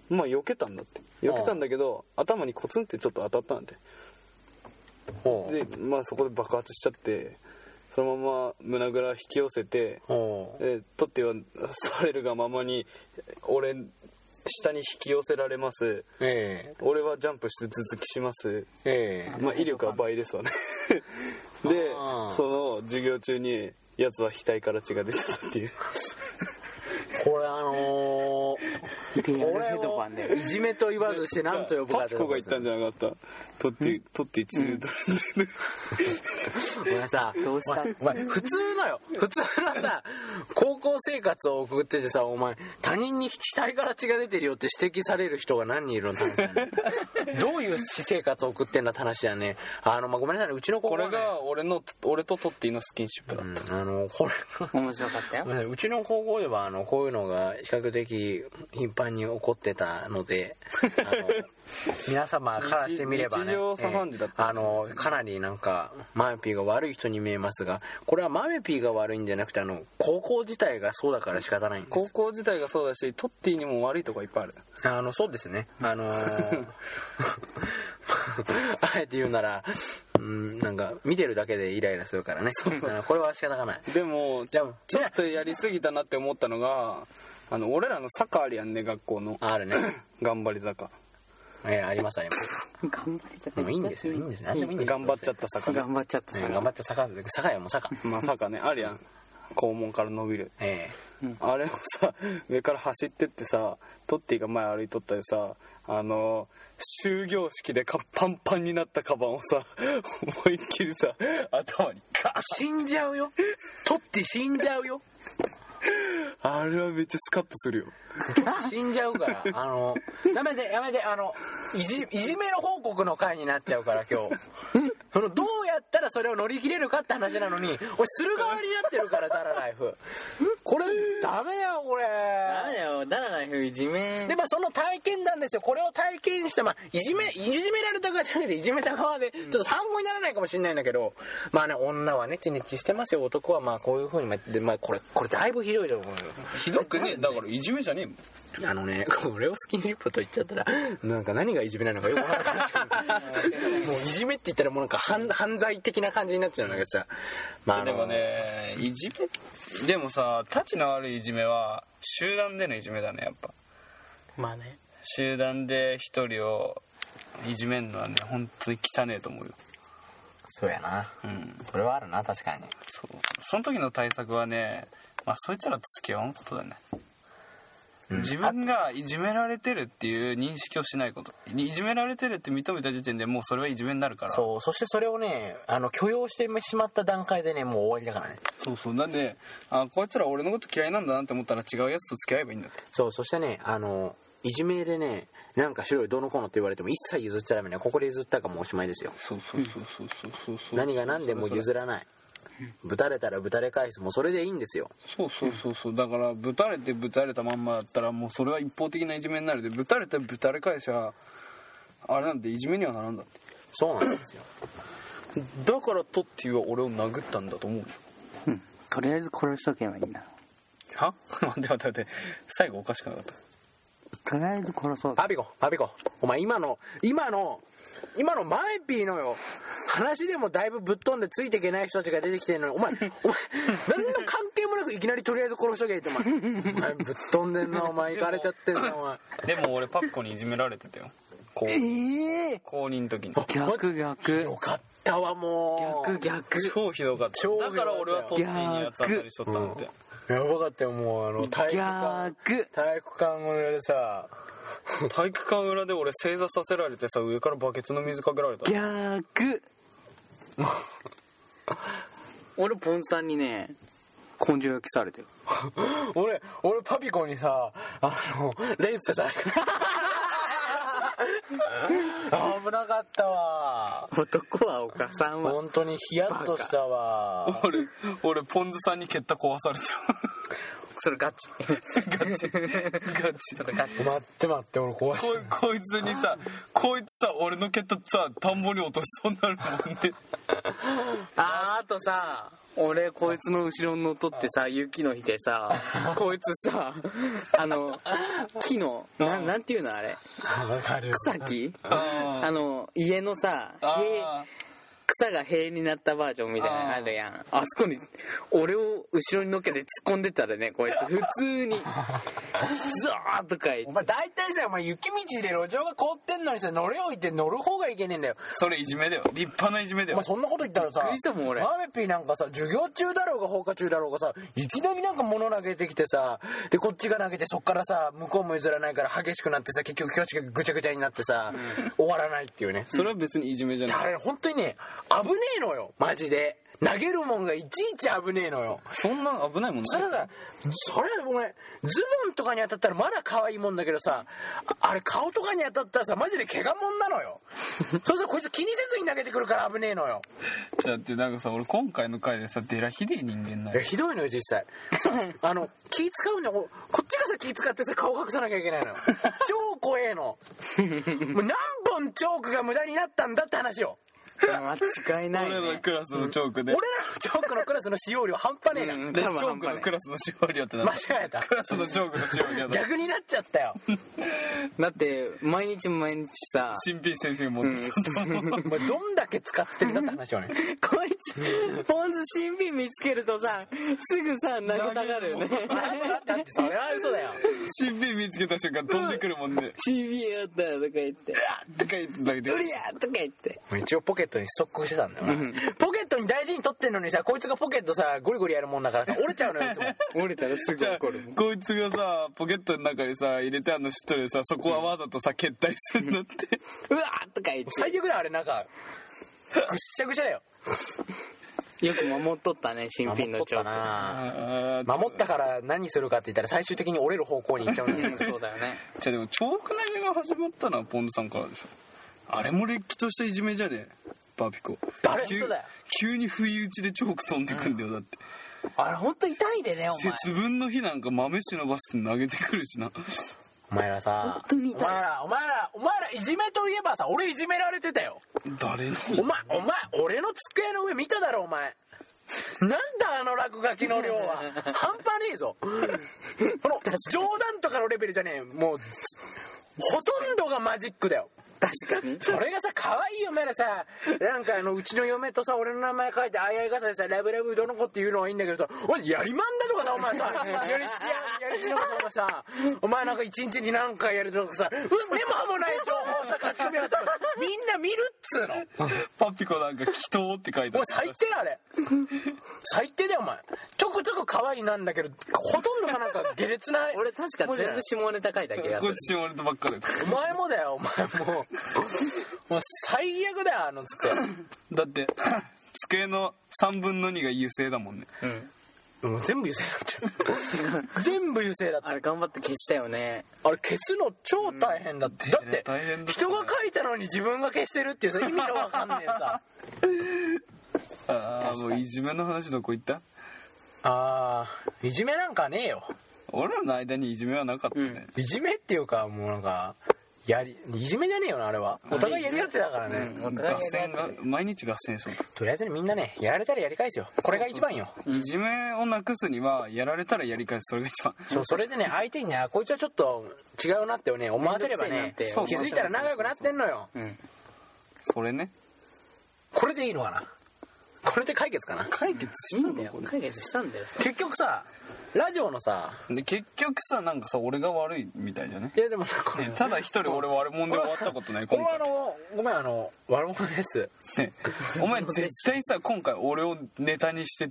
B: まあ避けたんだって避けたんだけど頭にコツンってちょっと当たったんだ
A: お
B: ってでまあそこで爆発しちゃってそのまま胸ぐら引き寄せて
A: おお
B: えートッティはされるがままに俺下に引き寄せられます
A: え
B: 俺はジャンプして続きします
A: ええ
B: まあ威力は倍です わねで
A: あー
B: その授業中にやつは額から血が出てたっていう
A: えこれあの
C: リア
A: ー、
C: ルヘドバン
A: 俺
C: で
A: をいじめと言わずして何と呼ぶか
B: パピコが言ったんじゃなかったトッティトッティ血出てる
A: 俺さ
C: どうした
A: お前お前普通のよ普通のさ高校生活を送っててさお前他人に額から血が出てるよって指摘される人が何人いるのって話だねどういう私生活を送ってんだって話だねあの、まあ、ごめんなさいねうちの高校
B: こ
A: はね
B: れが俺の俺とトッティのスキンシップだった
A: うんあのこれが
C: 面白かったよ
A: うんうちの高校ではあのこういうのが比較的頻繁に起こってたの であの皆様からしてみればね
B: 日常茶飯事だった
A: ええあのかなりなんかマメピーが悪い人に見えますがこれはマメピーが悪いんじゃなくてあの高校自体がそうだから仕方ないんで
B: 高
A: す
B: 校自体がそうだしトッティにも悪いとこいっぱいある
A: あのそうですねあ のーあえて言うならうんなんか見てるだけでイライラするからねあのこれは仕方がない
B: でも
A: でも
B: ちょっとやりすぎたなって思ったのがあの俺らのサッカーあるやんね学校の
A: あ るね
B: 頑張り坂
A: ええありますあります
C: 頑張りた
A: もういいんですよいいんですよ何でもいいんですよ
B: 頑張っちゃった坂ね
C: 頑張っちゃった
A: ね頑張って坂です坂よもう坂
B: まあ坂ねあるやん肛門から伸びる
A: え
B: あれをさ上から走ってってさトッティが前歩いとったでさあの終業式でかパンパンになったカバンをさ 思いっきりさ頭に
A: え 死んじゃうよトッティ死んじゃうよ
B: あれはめっちゃスカッとするよ
A: 死んじゃうからあのやめてやめてあのいじいじめの報告の回になっちゃうから今日そのどうやったらそれを乗り切れるかって話なのに俺する側になってるからダラライフこれダメよこれ
C: ダメだよだらないふいじめ
A: でまあその体験談ですよこれを体験して、まあ、いじめいじめられた側じゃなくていじめた側でちょっと参考にならないかもしれないんだけど、まあね女はねチネチしてますよ男はまあこういうふうにまあで、まあ、これこれだいぶひどいと思うよ
B: ひどくねだからいじめじゃねえもん
A: あのねこれをスキンシップと言っちゃったらなんか何がいじめなのかよくわからな くなっちゃうもういじめって言ったらもうなんか犯犯罪的な感じになっちゃうんだけどさまああ
B: で
A: の
B: もねいじめでもさたちの悪いいじめは集団でのいじめだねやっぱ
A: まあね
B: 集団で一人をいじめんのはね本当に汚ねえと思うよ
A: そうやな、それはあるな確かに
B: そうその時の対策はね、まあ、そいつらと付き合うことだね、自分がいじめられてるっていう認識をしないこといじめられてるって認めた時点でもうそれはいじめになるからう
A: そうそしてそれをねあの許容してしまった段階でねもう終わりだからね
B: そうそうなんであこいつら俺のこと嫌いなんだなって思ったら違うやつと付き合えばいいんだって
A: そうそしてねあのいじめでねなんか白いどうのこうのって言われても一切譲っちゃダメねここで譲ったらもうおしまいですよ
B: そうそうそうそうそうそう
A: 何が何でも譲らないぶたれたらぶたれ返すもうそれでいいんですよ
B: そうそうそうそうだからぶたれてぶたれたまんまだったらもうそれは一方的ないじめになるでぶたれてぶたれ返しゃあれなんていじめにはならんだって
A: そうなんですよ
B: だからトッティは 俺を殴ったんだと思う
C: うんとりあえず殺しとけばいいんだ
B: は待って待って待って最後おかしくなかった
C: とりあえず殺そう
A: パピコパピコお前今の今の今のマイピーのよ話でもだいぶぶっ飛んでついていけない人たちが出てきてるのにお前お前何の関係もなくいきなりとりあえず殺しとけってお前お前ぶっ飛んでんなお前いかれちゃってんなお前
B: でも俺パピコにいじめられてたよ高
C: ええ
B: 高2の時に
C: 逆逆
A: よかったわもう
C: 逆逆
B: 超ひどかった
A: 超ひどかっ
B: だ
A: た
B: から俺はトッティにやつ当たりしとったのって
A: やばかったよもうあの体育館
C: 逆
A: 体育館裏でさ
B: 体育館裏で俺正座させられてさ上からバケツの水かけられた
C: 逆 俺ポンさんにね根性焼きされてる
A: 俺俺パピコにさあのレイプされた 危なかったわ
C: 男はお母さんは
A: 本当にヒヤッとしたわ
B: 俺俺ポン酢さんに蹴った壊された
C: それガチガチ
B: ガチ
C: それガチ
A: 待って待って俺怖い
B: こいこいつにさこいつさ俺の蹴ったさ田んぼに落としそうになるもんね
C: あーあとさ俺こいつの後ろに乗っ取ってさ雪の日で さこいつさあの木のななんていうのあれ
A: わかる
C: 草木
B: あ
C: あの家のさ
B: あ
C: 塀草が塀になったバージョンみたいなのあるやんあそこに俺を後ろに乗っけて突っ込んでったらねこいつ普通にザーッとかい
A: お前大体さお前雪道で路上が凍ってんのにさ乗れおいて乗る方がいけねえんだよ
B: それいじめだよ立派ないじめだ
A: お
B: よ
A: 前そんなこと言ったらさ
C: びっくりしたもん俺
A: マーベピーなんかさ授業中だろうが放課中だろうがさいきなりなんか物投げてきてさでこっちが投げてそっからさ向こうも譲らないから激しくなってさ結局教師がぐちゃぐちゃになってさ、終わらないっていうね
B: それは別にいじめじゃ
A: あ
B: ない
A: れ本当にね危ねえのよマジで投げるもんがいちいち危ねえのよ
B: そんなん危ないもんね
A: それだそれお前ズボンとかに当たったらまだ可愛いもんだけどさああれ顔とかに当たったらさマジで怪我もんなのよそうするとこいつ気にせずに投げてくるから危ねえのよ
B: だってなんかさ俺今回の回でさデラひでえ人間ない
A: や
B: い
A: ひどいのよ実 際あの気使うのここっちがさ気使ってさ顔隠さなきゃいけない のよ超怖えのもう何本チョークが無駄になったんだって話を
C: 間違いない
B: 俺の
C: ね
B: クラスのチョークで
A: 俺らのチョークのクラスの使用量半端ねえな、
C: うん
B: でチ
C: 多
B: ョ
C: 分
B: ーク
C: 半端
B: の
C: ない
B: クラスの使用量ってな
A: 間違えた
B: クラスのチョークの使用量だ
A: 逆になっちゃったよ
C: だって毎日毎日さ
B: 新品先生持ってきたと思う
A: お前どんだけ使ってんだって話をね
C: こいつポン酢新品見つけるとさすぐさ投げたがるよね
A: だってだってだってそれは嘘だよ
B: 新品見つけた瞬間飛んでくるもんね
C: 新品あったとか言って
B: でかいやつ投げて
C: 「うりゃ!」とか言って
A: 一応ポケットにストックしてたんだよな、ポケットに大事に取ってんのにさこいつがポケットさゴリゴリやるもんだからさ折れちゃうのよいつも
C: 折れたらす ぐ
B: じゃあ
C: 怒るもん
B: こいつがさポケットの中にさ入れてあるの知っとるでさそこはわざとさ蹴ったりする のって
C: うわーとか言っ
A: 最悪だよあれなんかぐっしゃぐしゃだよ
C: てよく守っとったね新
A: 守っ
C: 品の
A: とっ
C: チョ
A: た
C: ーク
A: な
B: あー
A: 守ったから何するかって言ったら最終的に折れる方向に行っちゃうんだよ
C: うんそうだよね
B: じゃあでもチョーク投げが始まったのはポンドさんからでしょあれもれっきとしたいじめじゃねえバーピコ
A: 誰
B: 急
A: 本当だよ
B: 急に不意打ちでチョーク飛んでくんだよだって
C: あれ本当痛いでねお前
B: 節分の日なんか豆忍ばして投げてくるしな
A: お前らさ
C: 本当に痛い
A: お前らお前らお前らいじめといえばさ俺いじめられてたよ
B: 誰の
A: お前お前俺の机の上見ただろお前なんだあの落書きの量は半端ねえぞこの冗談とかのレベルじゃねえもうほとんどがマジックだよ
C: 確かに
A: それがさ可愛い嫁らさなんかあのうちの嫁とさ俺の名前書いてあいあい傘でさ「ラブラブどの子」っていうのはいいんだけどさ「おいやりまんだ」とかさお前さ「やりちややりちのさお前さお前なんか一日に何回やるとかさう根も葉もない情報さ書き込みやがってみんな見るっつうの
B: パピコなんか「祈祷」って書いてあ
A: もう
B: る
A: 最低あれ最低だよお前ちょこちょこ可愛いなんだけどほとんどがなんか下劣な
C: 俺確か全部下ネタ書いた気がす
B: こ
C: る
B: いつ絞れたばっかで
A: お前もだよお前もうもう最悪だよあのつ
B: だって 机の3分の2が油性だもんね
C: うん
A: もう全部油性だった全部油性だった
C: あれ頑張って消したよね
A: あれ消すの超大変だってだって
B: 大変だった
A: 人が書いたのに自分が消してるっていうさ意味のわかんねえさ
B: ああもういじめの話どこ行った
A: あーいじめなんかねえよ
B: 俺らの間にいじめはなかったね、
A: いじめっていうかもうなんかやりいじめじゃねえよなあれはお互いやり合ってたからね、
C: お互い
B: 合戦が毎日合戦しとった
A: とりあえずみんなねやられたらやり返すよこれが一番よ
B: いじめをなくすにはやられたらやり返すそれが一番
A: そうそれでね相手にねあこいつはちょっと違うなってね思わせればね
C: めんどくせえ
B: なって
A: 気づいたら仲良くなってんのよ
C: うん
B: それね
A: これでいいのかなこれで解決かな
B: 解決
C: いいんだよ解決したんだよ
A: 結局さラジオのさ
B: で結局さなんかさ俺が悪いみたいじゃね
A: いやでもさこれ
B: ただ一人俺悪者で 終わったことない
A: これ
B: 今
A: はあ
B: 回
A: のごめんあの悪者です
B: ねお前絶対さ今回俺をネタにして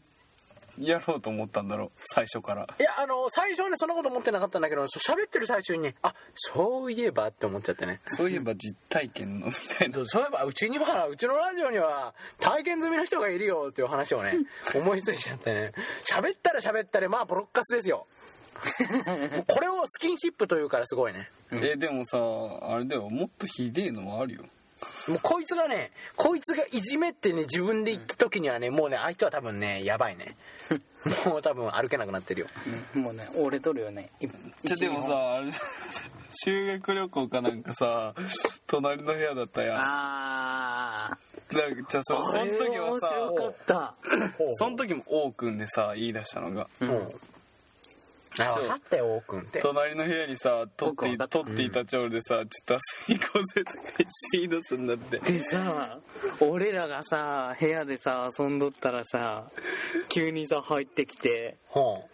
B: やろうと思ったんだろ最初から
A: いやあの最初はねそんなこと思ってなかったんだけどそう喋ってる最中にねあそういえばって思っちゃってね
B: そういえば実体験のみたいな
A: そうそういえばうちにはうちのラジオには体験済みの人がいるよっていう話をね思いついちゃってね喋ったら喋ったらまあボロッカスですよもうこれをスキンシップというからすごいね
B: えでもさあれだよもっとひでえのはあるよ
A: もうこいつがねこいつがいじめってね自分で言った時にはねもうね相手は多分ねやばいねもう多分歩けなくなってるよ
C: もうね俺取るよねい
B: じゃ
C: 一
B: でも
C: 二本
B: さあれ 修学旅行かなんかさ隣の部屋だったやんなんか
C: ああ
B: じゃあさその時はさ
C: 面白かった
B: その時も王くんでさ言い出したのが
A: うんあ分かったよ王くんって
B: 隣の部屋にさ撮っ
C: 僕
B: て
C: は分か
B: い
C: った
B: 撮っていたチョールでさちょっと遊びに行こうぜとか言って言い出すんだって
C: でさ俺らがさ部屋でさ遊んどったらさ急にさ入ってきて
A: ほ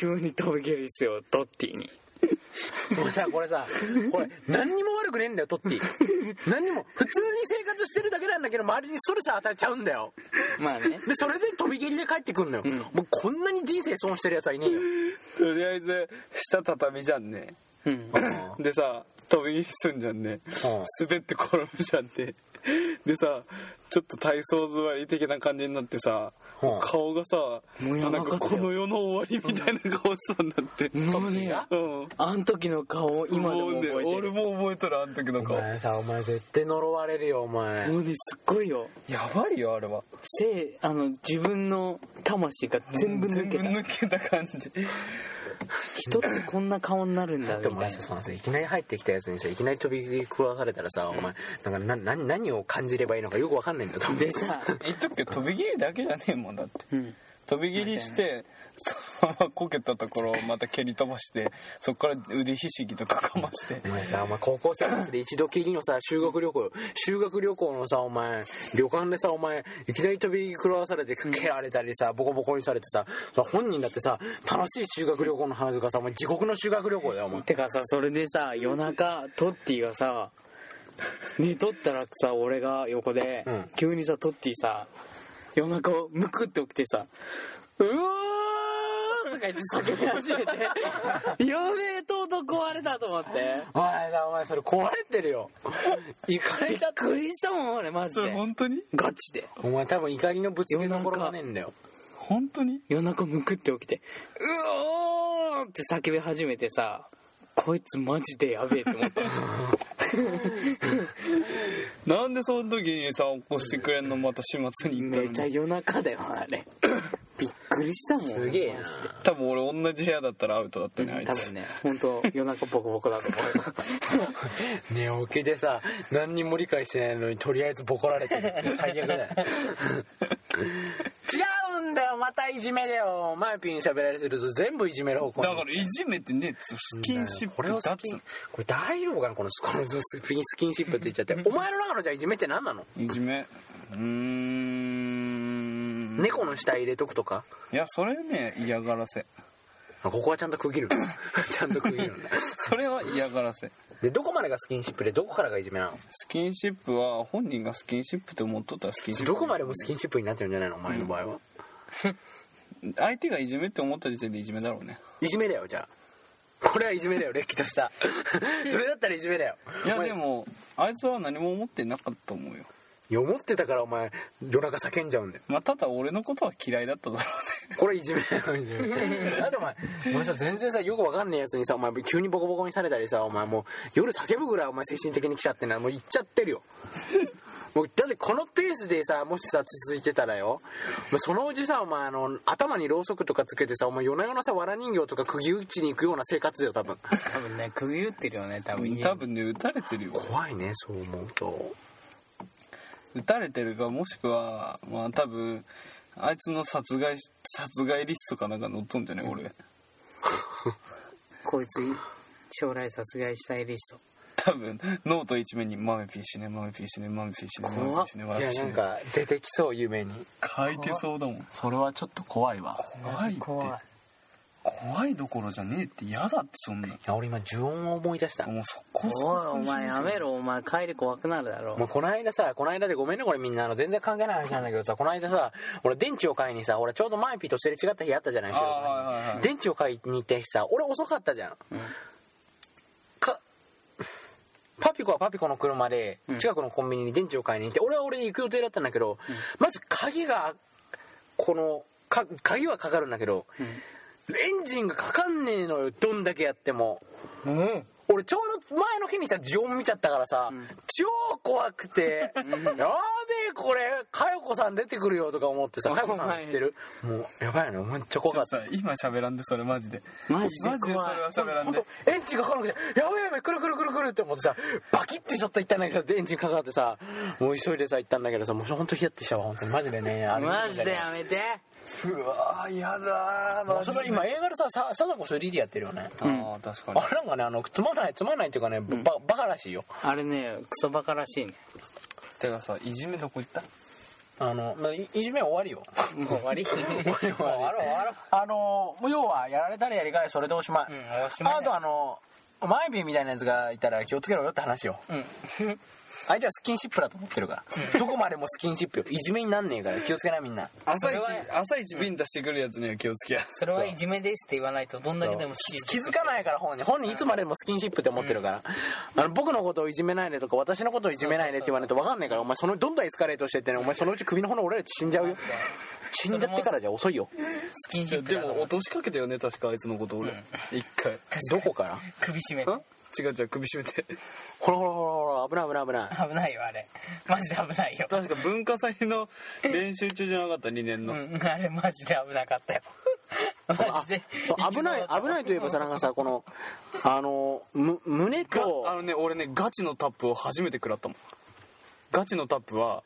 C: 急に飛び蹴りっすよドッティに
A: うもうさこれさこれ何にも悪くねえんだよトッティ何にも普通に生活してるだけなんだけど周りにストレス与えちゃうんだよ
C: まあね
A: でそれで飛び蹴りで帰ってくんのよ、もうこんなに人生損してるやつはいねえよ
B: とりあえず下畳じゃんね
C: うん
B: でさ飛び蹴りすんじゃんね滑って 転ぶじゃんねでさちょっと体操座り的な感じになってさ
A: うん
B: 顔がさ
C: もうや
B: な
C: ば
B: ん
C: か
B: か
C: ったよ
B: この世の終わりみたいな顔しそうになって
C: もうね
B: うん
C: あん時の顔今で
B: も
C: も
B: う
C: 覚え
B: ね
C: てる
B: 俺も覚えとるあん時の
A: お
B: 顔
A: 前さお前絶対呪われるよお前
C: もうねすっごいよ
B: やばいよあれは
C: せあの自分の魂が全部抜けた
B: 全部抜けた感じ
C: 人ってこんな顔になるんだみ
A: でも
C: たい
A: さそのさいきなり入ってきたやつにさいきなり飛び切り食わされたらさ、お前なんかな何何を感じればいいのかよくわかんないんだと
C: な
A: 思う
C: でさ
B: 言っとくけど飛び切りだけじゃねえもんだって
C: うん
B: 飛び蹴りしてそのままこけたところをまた蹴り飛ばしてそこから腕ひしぎとかかまして
A: お前さお前高校生活で一度きりのさ修学旅行よ修学旅行のさお前旅館でさお前いきなり飛び切り食わされて蹴られたりさボコボコにされてさ本人だってさ楽しい修学旅行の話がさお前地獄の修学旅行だよお前
C: てかさそれでさ夜中トッティがさね撮ったらさ俺が横で、
A: うん
C: 急にさトッティさ夜中をむくって起きてさ「うわー!」とか言って叫び始めて「やべえとうとう壊れた」と思って
A: お前さお前それ壊れてるよ行か
C: び
A: れ
C: っ
A: ちゃった
C: くりしたもん俺マジ
B: それ
C: で
B: 本当に
C: ガチで
A: お前多分怒りのぶつけどころがねえんだよ
B: 本当に
C: 夜中むくって起きて「うおー!」って叫び始めてさこいつマジでやべえと思 った
B: なんでその時にさ起こしてくれんのまた始末に行った
C: めちゃ
B: の
C: 夜中だよあ れびっくりしたもん
A: すげえな
B: 多分俺同じ部屋だったらアウトだったねあい
C: 多
B: つ
C: 分ね本当夜中ボコボコだと思うよ
A: 寝起きでさ何にも理解してないのにとりあえずボコられてるって最悪 だよ違うんだよまたいじめだよマイピーに喋られてると全部いじめる方向
B: だ
A: に
B: からいじめてねえってスキンシップ
A: これをス
B: 立
A: キンこれ大丈夫かなこのこのスピンスキンシップって言っちゃ ってお前の中のじゃあいじめって何なの
B: ついじめうーん
A: 猫の死体入れとくとか
B: いやそれね嫌がらせ
A: あここはちゃんと区切る ちゃんと区切るんだ
B: それは嫌がらせ
A: でどこまでがスキンシップでどこからがいじめなの
B: スキンシップは本人がスキンシップって思っとったらスキンシップ
A: どこまでもスキンシップになってるんじゃないのお前の場合は、
B: 相手がいじめって思った時点でいじめだろうね
A: いじめだよじゃあこれはいじめだよれっきとしたそれだったらいじめだよ
B: いや
A: お前
B: でもあいつは何も思ってなかったと思うよ
A: いや思ってたからお前夜中叫んじゃうんだよ
B: まあただ俺のことは嫌いだっただろうね
A: これいじめだよいじめだってお前お前さ全然さよくわかんねえやつにさお前急にボコボコにされたりさお前もう夜叫ぶぐらいお前精神的に来ちゃってんなもう言っちゃってるよもうだってこのペースでさもしさ続いてたらよお前そのうちさお前あの頭にろうそくとかつけてさお前夜な夜なさわら人形とか釘打ちに行くような生活だよ多分
C: 多分ね釘打ってるよね多分
B: 多分ね撃たれてるよ
A: 怖いねそう思うと
B: 撃たれてるかもしくはまあ多分あいつの殺害し殺害リストかなんか載っとんじゃね俺
C: こいつ将来殺害したいリスト
B: 多分ノート一面に「マメピー死ねマメピー死ねマメピー死ねマメピー死ねマ
A: い
B: メピ
A: や
B: ー死
A: な
B: ね
A: ん」か出てきそう夢に
B: 書いてそうだもん
A: それはちょっと怖いわ
B: 怖いって
C: 怖い
B: 怖いどころじゃねえって嫌だってそんない
A: や俺今呪音を思い出した
B: もうそこそ
C: おい
B: こ
C: お前やめろお前帰り怖くなるだろ
A: もうこの間さこの間でごめんねこれみんなあの全然関係ない話なんだけどさこの間さ俺電池を買いにさ俺ちょうどマイピーとすれ違った日あったじゃないですか、
B: あーはいはいはい
A: 電池を買いに行った日さ俺遅かったじゃん、かパピコはパピコの車で
C: うん
A: 近くのコンビニに電池を買いに行って俺は俺で行く予定だったんだけど、まず鍵がこのか鍵はかかるんだけど、エンジンがかかんねえのよどんだけやっても。
C: うん
A: 俺ちょうど前の日にさ呪音見ちゃったからさ、超怖くて、やべえこれ佳代子さん出てくるよとか思ってさ
C: お
A: 佳代
C: 前
A: 子さん知ってるもうやばいよねめっちゃ怖かった
B: ちょっとさ今喋らんでそれマジで
C: マジで
B: マジで
C: 怖い
B: それは喋らん
A: 本
B: で
A: 当エンジンかかんなくてやべえやべえくるくるくるくるって思ってさバキッてちょっと行ったんだけどエンジンかかってさもう急いでさ行ったんだけどさもう本当ヒヤッてしたわ本当にマジでねあれ
C: マジでやめて
B: うわーやだー
A: もうそれ今映画でささ貞子 3D やってるよね
B: あー確かに
A: あれなんかねあのつまらないつまらないっていうかねばバカらしいよ
C: あれねクソバカらしいね
B: てかさいじめどこ行った
A: あのまあいいじめは終わりよ
C: もう終わりもう 終わろう終わろう
A: あのもう要はやられたらやり返しそれでおしまい、
C: うんおしまいね
A: あとあのマイビーみたいなやつがいたら気をつけろよって話よ、あいつはスキンシップだと思ってるから、どこまでもスキンシップよいじめになんねえから気をつけなみんな
B: 朝一
D: それは
B: 朝一ビンタしてくるやつには気をつけや
D: それはいじめですって言わないとどんだけでも好き
A: 気づかないから本人本人いつまでもスキンシップって思ってるから、あの僕のことをいじめないでとか私のことをいじめないでって言わないと分かんないからお前そのどんどんエスカレートしてってねお前そのうち首の骨折れるって死んじゃうよ死んじゃってからじゃ遅いよ
D: スキンシップ
B: で
D: だと
B: も
D: 思う
B: 落としかけたよね確かあいつのこと俺 一回
A: どこから
D: 首絞めて
B: 違う違う首絞めて
A: ほらほらほらほら危ない危ない危ない
D: 危ないよあれマジで危ないよ
B: 確か文化祭の練習中じゃなかった2年
D: う
B: の
D: んあれマジで危なかった よマ
A: あ
D: ジで
A: そう危 ない危ないといえばさなんかさこのあのむ胸
B: が
A: と
B: あのね俺ねガチのタップを初めて食らったもんガチのタップは
A: は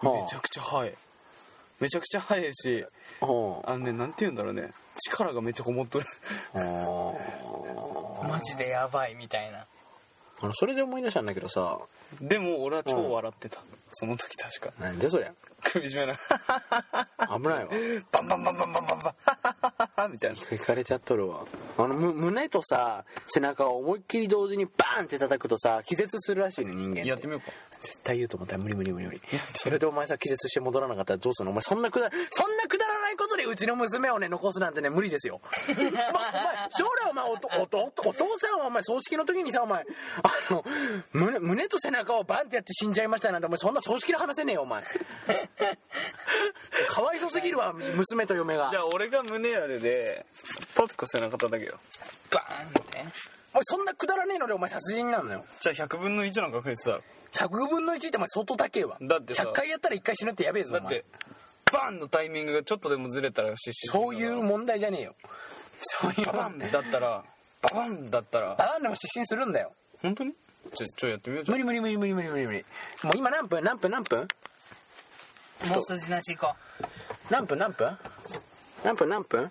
A: あ
B: めちゃくちゃ速いめちゃくちゃ速いし
A: うん
B: あのねなんて言うんだろうね力がめっちゃこもっとる
A: うん
D: マジでやばいみたいな
A: あのそれで思い出したんだけどさ
B: でも俺は超笑ってたその時確か
A: なんでそりゃ
B: 首絞めながら
A: 危ないわ
B: バンバンバンバンバンバンバン あみたいな
A: 行かれちゃっとるわあのむ胸とさ背中を思いっきり同時にバーンって叩くとさ気絶するらしいね人間って
B: やってみようか
A: 絶対言うと思ったら無理無理無理無理それでお前さ気絶して戻らなかったらどうするのお前そんなくだそんなくだらないことでうちの娘をね残すなんてね無理です よお前お前将来お前おとおとお父さんはお前葬式の時にさお前あの胸胸と背中をバンってやって死んじゃいましたなんてお前そんな葬式で話せねえよ お前かわいそうすぎるわ娘と嫁が
B: じゃあ俺が胸やるでパピコ背中叩けよ
D: バーンって
A: お前そんなくだらねえのでお前殺人なのよ
B: じゃあ100分の1なんか増えてたら
A: 100分の1ってお前相当高えわ
B: だってさ
A: 100回やったら1回死ぬってやべえぞ
B: だ
A: お
B: って
A: 前
B: バンのタイミングがちょっとでもずれたら死死
A: そういう問題じゃねえよそういう
B: ババンだったらババンだったら
A: バランでも失神するんだよ
B: 本当にちょちょやってみようじゃ
A: 無理無理無理無理無理無理無理もう今何分何分何分
D: もう筋なし行こ
A: 何分何分何分何分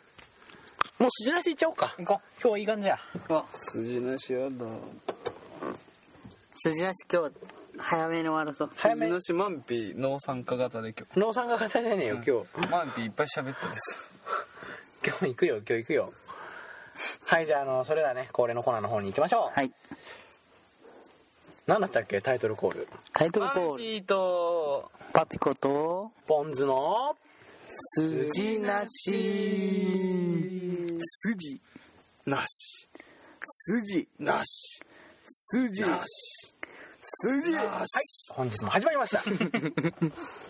A: もう筋なしいっちゃおうか
D: う行こ
A: 今日はいい感じや
D: う行こ
B: 筋なしやだ
C: 筋なし今日早めに終わるぞ
A: 早め
B: 筋なしマンピー脳酸化型で今
A: 脳酸が型じゃねえよ今
B: 日マンピーいっぱい喋ってです
A: 日今日行くよ今日行くよはいじゃああのそれではね恒例のコーナーの方に行きましょう、
C: はい
A: 何だったっけタイトルコール
C: タイトル
B: マン
C: コー
B: ピー
C: ル
B: と
C: パピコと
A: ポン酢の
C: 筋なし筋
B: なし
C: 筋
B: なし
C: 筋筋
A: 本日も始まりま した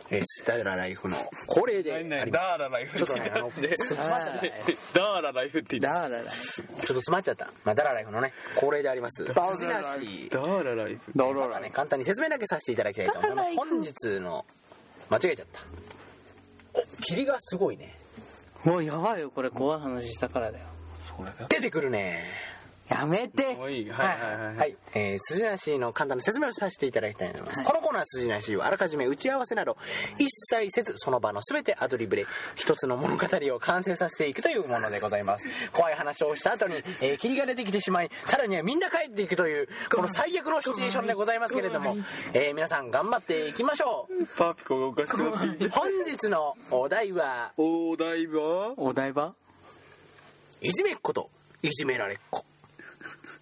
A: えーダラライフの恒例であります
B: ダーラライフ
A: ちょ
B: っ
A: ってとねあの
B: 言って
A: 詰まっちゃったね
B: ダーラライフって言って
C: だらだ
A: ちょっと詰まっちゃった、まあ、ダラライフのね恒例であります筋なし
B: ダーラライフ
C: だ
A: ま
C: ら
A: だね簡単に説明だけさせていただきたいと思います本日の間違えちゃったお霧がすごいね
C: もうやばいよこれ怖い話したからだよ
B: それだ
A: 出てくるね
C: やめて
B: もういいはいはいはい
A: はい、えー、筋なしの簡単な説明をさせていただきたいと思います、このコーナー筋なしはあらかじめ打ち合わせなど一切せずその場の全てアドリブで一つの物語を完成させていくというものでございます怖い話をした後に、えー、霧が出てきてしまいさらにはみんな帰っていくというこの最悪のシチュエーションでございますけれども、えー、皆さん頑張っていきましょ う
B: パピコがおかしくなってきて
A: 本日のお題は
B: お台場
C: お台場
A: いじめっ子といじめられっ子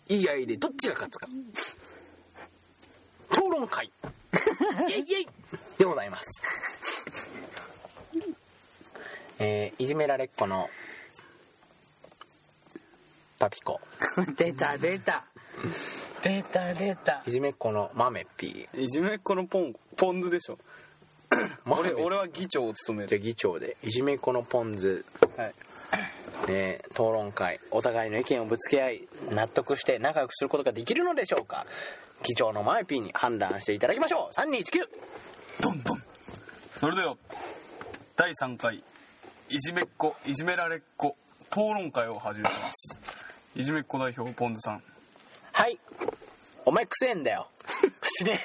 A: 言い合いでどっちが勝つか討論会イエイイエイでございますえーいじめられっ子のパピコ
C: 出た出
D: う
C: た
D: 出た出た
A: いじめっ子のマメピ
B: いじめっ子のポンポン酢でしょ
A: ー
B: 俺俺
A: は
B: は議長を務め
A: じゃ
B: る
A: あ議長でいじめっ子のポン酢
B: はい
A: えー討論会お互いの意見をぶつけ合い納得して仲良くすることができるのでしょうか議長のマイピーに判断していただきましょう3219
B: どんどんそれでは第3回いじめっ子いじめられっ子討論会を始めますいじめっ子代表ポン酢さん
A: はいお前くせえんだ よ死ね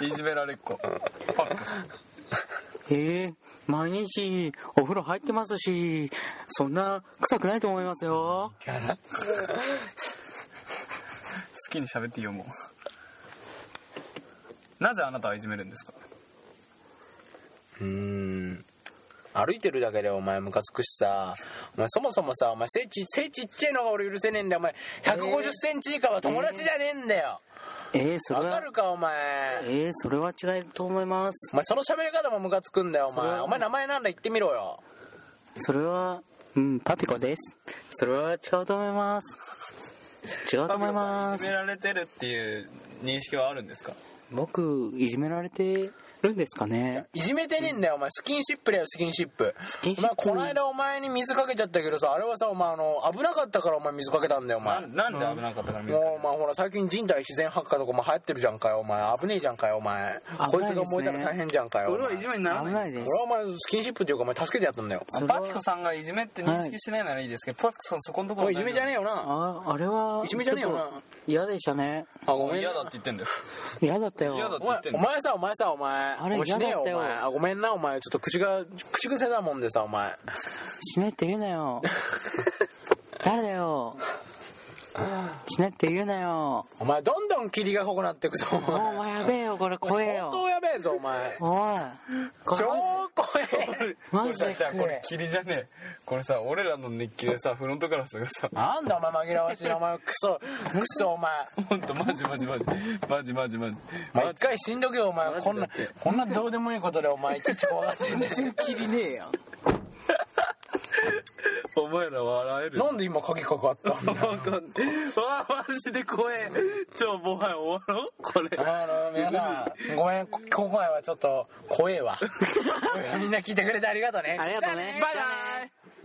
B: いじめられっ子パピコさん
C: ええ毎日お風呂入ってますしそんな臭くないと思いますよ
B: 好きに喋っていいよもうなぜあなたはいじめるんですか
A: うーん歩いてるだけでお前ムカつくしさお前そもそもさお前背ち背ちっちゃいのが俺許せねえんだよお前1 5 0センチ以下は友達じゃねえんだよ
C: ええそ
A: わ
C: れ
A: か
C: は
A: るかお前
C: ええそれは違うと思います
A: お前その喋り方もムカつくんだよお
C: それ
A: 前
C: は
A: お前名前なんだ言ってみろよ
C: それはうんパピコですそれは違うと思います違うと思いま
B: いじ
C: す
B: められてるっていう認識はあるんですか
C: 僕いじめられてるんですかね
A: いじめてねえんだよお前スキンシップだよスキンシップス
C: キンシップ
A: この間お前に水かけちゃったけどさあれはさお前あの危なかったからお前水かけたんだよお前
B: な
A: も
B: んなんで危なかったから見
A: うお前ほら最近人体自然発火とかも流行ってるじゃんかよお前危ねえじゃんかよお前こいつが燃えたら大変じゃんかよお前
B: 俺はいじめになら
C: 危
B: ない
C: ないです
A: 俺はお前スキンシップっていうかお前助けてやったんだよ
B: あ
C: それは
B: パピコさんがいじめって認識してないならいいですけど、パピコさんそこのとこ
A: お
B: ろ
A: いいじめじゃねえよなあ
C: ああれはい
A: じめじゃねえよな
C: ちょっと嫌でしたね
A: ごめん
B: 嫌
A: な
B: だって言ってんだよ
C: 嫌だったよ
B: 嫌だ
A: お
B: って言
A: 前
B: ってん
A: お
B: だよ
A: 前さお前さお前
C: あれ
A: お前死ねえ
C: 嫌だ
A: よ
C: っ
A: お
C: たよ
A: 前あごめんなお前ちょっと口が口癖だもんでさお前
C: 死ねって言うなよ誰だよ死ねって言うなよ
A: お前どんどん霧が濃くなってくぞお
C: もうお
A: 前
C: 前やべえよこれ怖え
A: 相当
C: よ
A: やべええぞお前
D: おいこ
A: 超
D: れ
A: 怖え
D: マジ
B: これ
D: で
B: さじゃあこ
D: こ
B: れ
D: れ
B: 霧じゃねえこれさ俺らの熱気でさフロントガラスがさ
A: なんだお前紛らわしいなお前クソクソお前
B: ほんとマジマジマジマジマジマジ
A: まあ、一回死んどけよお前
B: マジ
A: こん
B: だ
A: な
B: って
A: こんなどうでもいいことでお前いちいち怖がってんだよ
C: 全然キリねえやん
B: お前ら笑える
A: なんで今鍵かかったんだ
B: わかんないわあマジで怖え超防犯終わろうこれ
A: あの皆さんごめんこ今回はちょっと怖えわみんな聞いてくれてありがとうね
C: ありがとうね
A: じゃあ
B: バイバイ